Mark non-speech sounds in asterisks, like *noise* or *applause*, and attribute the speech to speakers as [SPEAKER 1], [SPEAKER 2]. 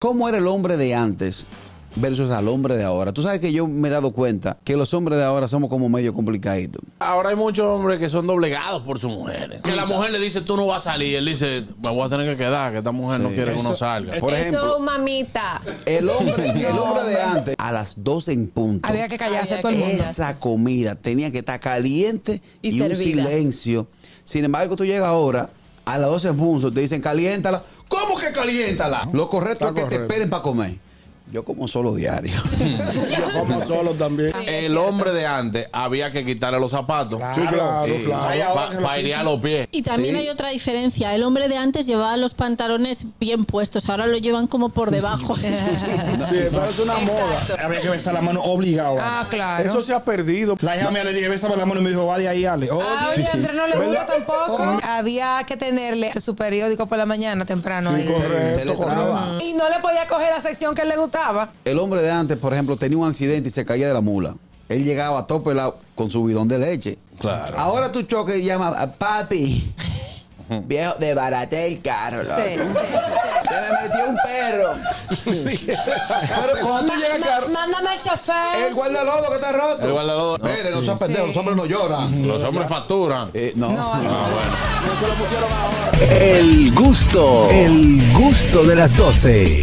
[SPEAKER 1] ¿Cómo era el hombre de antes versus al hombre de ahora? Tú sabes que yo me he dado cuenta que los hombres de ahora somos como medio complicaditos.
[SPEAKER 2] Ahora hay muchos hombres que son doblegados por sus mujeres. Que la mujer le dice, tú no vas a salir. Él dice, me voy a tener que quedar, que esta mujer no quiere que uno salga. Pues,
[SPEAKER 1] Por ejemplo,
[SPEAKER 3] Eso, mamita.
[SPEAKER 1] el
[SPEAKER 4] *laughs*
[SPEAKER 1] hombre, el hombre de antes, a las 12 en punto,
[SPEAKER 4] Había que callarse
[SPEAKER 3] Había
[SPEAKER 4] todo el
[SPEAKER 3] que
[SPEAKER 4] mundo.
[SPEAKER 1] esa comida tenía que estar caliente y,
[SPEAKER 3] Y
[SPEAKER 1] un
[SPEAKER 3] servida.
[SPEAKER 1] silencio. Sin embargo, tú llegas ahora, a las 12 en punto, te dicen caliéntala. ¿Cómo que caliéntala? Lo correcto es que te esperen para comer. Yo como solo diario.
[SPEAKER 5] Yo como solo también.
[SPEAKER 2] El hombre de antes había que quitarle los zapatos
[SPEAKER 5] Sí, claro,
[SPEAKER 6] Ay,
[SPEAKER 5] claro.
[SPEAKER 6] ahora
[SPEAKER 2] para
[SPEAKER 6] se lo
[SPEAKER 2] airear los pies.
[SPEAKER 7] Y también hay otra diferencia. El hombre de antes llevaba los pantalones bien puestos, ahora lo llevan como por debajo. *laughs*
[SPEAKER 5] Sí, eso es una moda.
[SPEAKER 6] Ah, Había que besar la mano obligado.
[SPEAKER 4] Ah, claro.
[SPEAKER 5] Eso se ha perdido.
[SPEAKER 6] La hija mía le dije, bésame la mano y me dijo, va de ahí, Ale. Oh,
[SPEAKER 4] Ah,
[SPEAKER 6] sí.
[SPEAKER 4] oye, Andrés no le gusta
[SPEAKER 6] ¿Verdad?
[SPEAKER 4] tampoco. Había que tenerle su periódico por la mañana temprano ahí.
[SPEAKER 1] Se le
[SPEAKER 5] Correcto, correcto.
[SPEAKER 1] traba.
[SPEAKER 4] Y no le podía coger la sección que le gustaba.
[SPEAKER 1] El hombre de antes, por ejemplo, tenía un accidente y se caía de la mula. Él llegaba a tope con su bidón de leche. Claro. Ahora tú chocas y llamas a papi. Viejo, desbaraté el carro. loco.
[SPEAKER 4] Sí, sí, sí.
[SPEAKER 1] Se me metió un perro. Pero cuando tú llegas al carro,
[SPEAKER 4] Mándame el chofer.
[SPEAKER 1] el guardalodo que está roto.
[SPEAKER 2] El guardalodo.
[SPEAKER 1] Mire, no seas pendejo, los hombres no lloran.
[SPEAKER 2] Los hombres facturan.
[SPEAKER 1] Eh, no.
[SPEAKER 8] El gusto, el gusto de las doce.